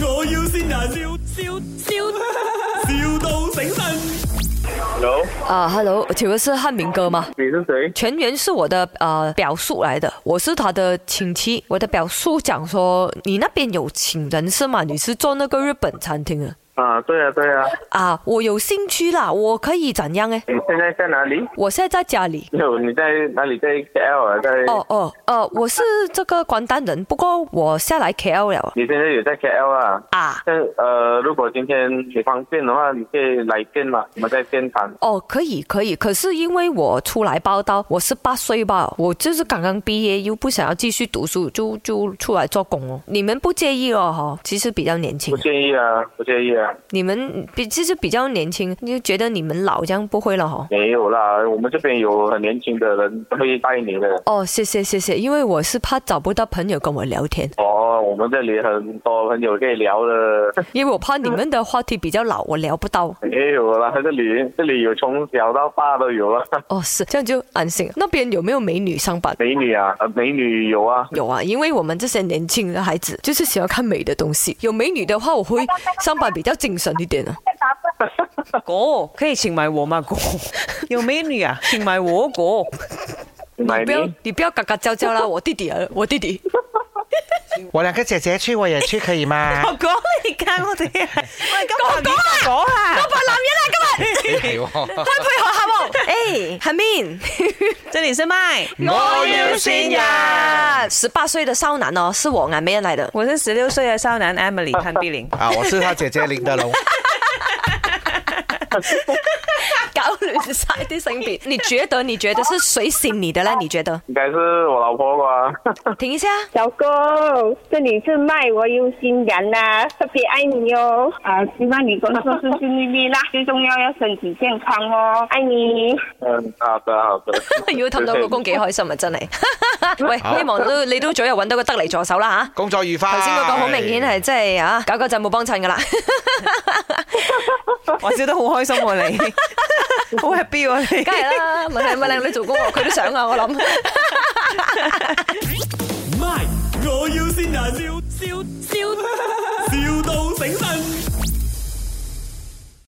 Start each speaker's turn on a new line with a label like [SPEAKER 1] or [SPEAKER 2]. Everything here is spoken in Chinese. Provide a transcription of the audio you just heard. [SPEAKER 1] 要先人，笑笑笑，,笑到醒神。
[SPEAKER 2] Hello，
[SPEAKER 3] 啊、h e l l o 请问是汉明哥吗？
[SPEAKER 2] 你是谁？
[SPEAKER 3] 全员是我的呃表叔来的，我是他的亲戚。我的表叔讲说，你那边有请人是吗？你是做那个日本餐厅的
[SPEAKER 2] 啊，对啊，对啊，
[SPEAKER 3] 啊？我有兴趣啦，我可以怎样哎？
[SPEAKER 2] 你现在在哪里？
[SPEAKER 3] 我现在在家里。
[SPEAKER 2] 有你在哪里？在 KL 啊，在。
[SPEAKER 3] 哦哦，呃，我是这个关丹人，不过我下来 KL 了
[SPEAKER 2] 你现在有在 KL 啊？
[SPEAKER 3] 啊。
[SPEAKER 2] 但呃，如果今天你方便的话，你可以来见嘛，我们在现场。
[SPEAKER 3] 哦，可以可以，可是因为我出来报道，我十八岁吧，我就是刚刚毕业，又不想要继续读书，就就出来做工哦。你们不介意哦哈？其实比较年轻
[SPEAKER 2] 不，介意啊，不介意啊，
[SPEAKER 3] 你们比其实比较年轻，就觉得你们老这样不会了哈。
[SPEAKER 2] 没有啦，我们这边有很年轻的人会带你的。
[SPEAKER 3] 哦，谢谢谢谢，因为我是怕找不到朋友跟我聊天，
[SPEAKER 2] 哦，我们这里很多朋友可以聊的，
[SPEAKER 3] 因为我怕你们的话题比较老，我聊不到。
[SPEAKER 2] 也有啦，这里这里有从小到大都有啊，
[SPEAKER 3] 哦，是这样就安心。那边有没有美女上班？
[SPEAKER 2] 美女啊，呃美女有啊，
[SPEAKER 3] 有啊，因为我们这些年轻的孩子就是喜欢看美的东西。有美女的话，我会上班比较精神一点啊。
[SPEAKER 4] 果可以请埋我吗？果有美女啊，请埋 我果。
[SPEAKER 2] 买
[SPEAKER 3] 你哦不要
[SPEAKER 2] 哎你。
[SPEAKER 3] 你不要嘎嘎叫叫啦，我弟弟啊，我弟弟。
[SPEAKER 5] 我两个姐姐去，我也去，可 以吗？
[SPEAKER 4] 我講你間我 哋係，我哋今日講啊，
[SPEAKER 3] 扮男人啊，今日
[SPEAKER 5] 係喎
[SPEAKER 3] 开配合下喎。诶，下面
[SPEAKER 4] 即連先麥，
[SPEAKER 5] 我要
[SPEAKER 3] 先人，十八岁的少男哦，是我俺妹来的。
[SPEAKER 4] 我是十六歲嘅少男 Emily 潘碧玲。
[SPEAKER 5] 啊，我是他姐姐林德龙。
[SPEAKER 3] 搞乱晒啲性别，你觉得你觉得是谁醒你的呢？你觉得？
[SPEAKER 2] 应该是我老婆吧。
[SPEAKER 3] 停一下，。
[SPEAKER 6] 小哥，这里是卖我有心人呐、特别爱你哦。啊，希望你工作顺顺利利啦，最重要要身体健康哦，爱你。
[SPEAKER 2] 嗯，好的好的
[SPEAKER 3] 如果氹到老公几开心啊，真系。 喂，希望都你都早日揾到个得嚟助手啦吓。
[SPEAKER 5] 工作愉快。
[SPEAKER 3] 頭先嗰個好明顯係真係啊，搞搞震冇幫襯噶啦。
[SPEAKER 4] 我笑得好開心喎、 你好 happy 喎、你。
[SPEAKER 3] 梗係啦，問係咪靚女做工喎，佢都想啊，我諗。
[SPEAKER 1] My，我要先人，笑笑笑，,笑到醒神。